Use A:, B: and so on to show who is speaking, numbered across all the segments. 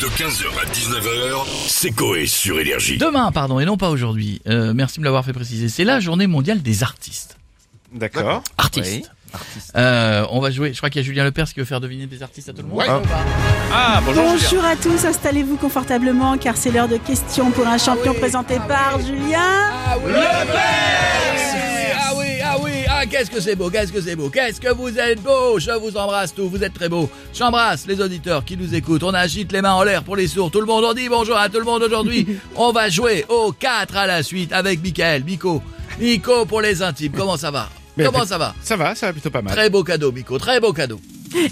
A: De 15h à 19h, c'est Coé sur Énergie.
B: Demain, pardon, et non pas aujourd'hui. Euh, merci de me l'avoir fait préciser. C'est la journée mondiale des artistes.
C: D'accord.
B: Artistes.
D: Oui.
B: Euh, on va jouer. Je crois qu'il y a Julien Lepers qui veut faire deviner des artistes à tout le monde.
C: Ouais.
B: ou pas
C: Ah, bonjour, Julien.
E: Bonjour à tous, installez-vous confortablement car c'est l'heure de questions pour un champion présenté par Julien.
B: Ah oui, ah oui, ah qu'est-ce que c'est beau, qu'est-ce que c'est beau, qu'est-ce que vous êtes beau, je vous embrasse tous, vous êtes très beaux. J'embrasse les auditeurs qui nous écoutent, on agite les mains en l'air pour les sourds, tout le monde on dit bonjour à tout le monde aujourd'hui. on va jouer au 4 à la suite avec Michael, Miko, Miko pour les intimes, comment ça va
C: Mais-
B: Comment ça va
C: Ça va, ça va plutôt pas mal.
B: Ah. Très beau cadeau Miko, très beau cadeau.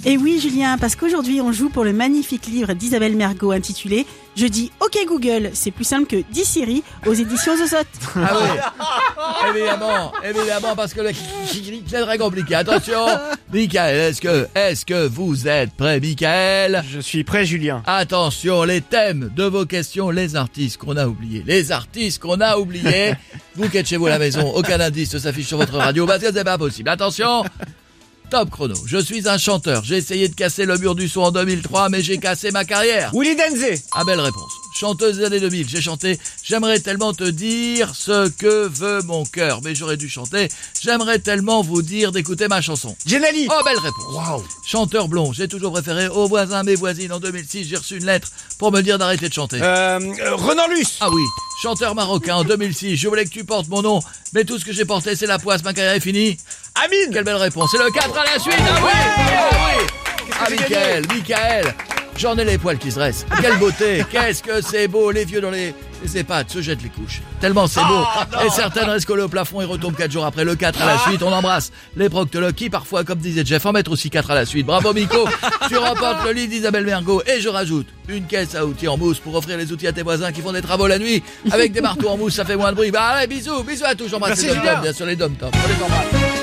E: Et oui Julien, parce qu'aujourd'hui on joue pour le magnifique livre d'Isabelle Mergot intitulé Je dis OK Google, c'est plus simple que 10 Siri aux éditions Zozote.
B: Ah oui Évidemment, évidemment, parce que le kikiri, c'est très compliqué. Attention Michael, est-ce que, est-ce que vous êtes prêt Michael
C: Je suis prêt, Julien.
B: Attention, les thèmes de vos questions, les artistes qu'on a oubliés, les artistes qu'on a oubliés. vous qui êtes chez vous à la maison, aucun indice ne s'affiche sur votre radio parce que c'est pas possible. Attention Top chrono, je suis un chanteur, j'ai essayé de casser le mur du son en 2003 mais j'ai cassé ma carrière.
C: Willy Denzé.
B: Ah belle réponse. Chanteuse des années 2000, j'ai chanté J'aimerais tellement te dire ce que veut mon cœur mais j'aurais dû chanter J'aimerais tellement vous dire d'écouter ma chanson.
C: Genali.
B: Oh, belle réponse. Chanteur blond, j'ai toujours préféré aux voisins, mes voisines. En 2006, j'ai reçu une lettre pour me dire d'arrêter de chanter.
C: Euh, euh, Renan Luce.
B: Ah oui, chanteur marocain en 2006, je voulais que tu portes mon nom, mais tout ce que j'ai porté, c'est la poisse, ma carrière est finie.
C: Amine.
B: Quelle belle réponse. C'est le 4 à la suite. Ah oui, ah oui. Ah,
C: que j'ai
B: Michael, Michael. J'en ai les poils qui se dressent. Quelle beauté. Qu'est-ce que c'est beau. Les vieux dans les, les EHPAD se jettent les couches. Tellement c'est beau.
C: Oh,
B: et certaines restent collées au plafond et retombent 4 jours après. Le 4 à la
C: Ah.
B: suite, on embrasse les proctologues qui parfois, comme disait Jeff, en mettent aussi 4 à la suite. Bravo Miko. tu remportes le lit d'Isabelle Mergot. Et je rajoute une caisse à outils en mousse pour offrir les outils à tes voisins qui font des travaux la nuit. Avec des marteaux en mousse, ça fait moins de bruit. Bah allez, bisous, bisous à tous. J'embrasse
C: Merci,
B: les dom
C: Julien.
B: bien sûr les dom-toms. On les embrasse.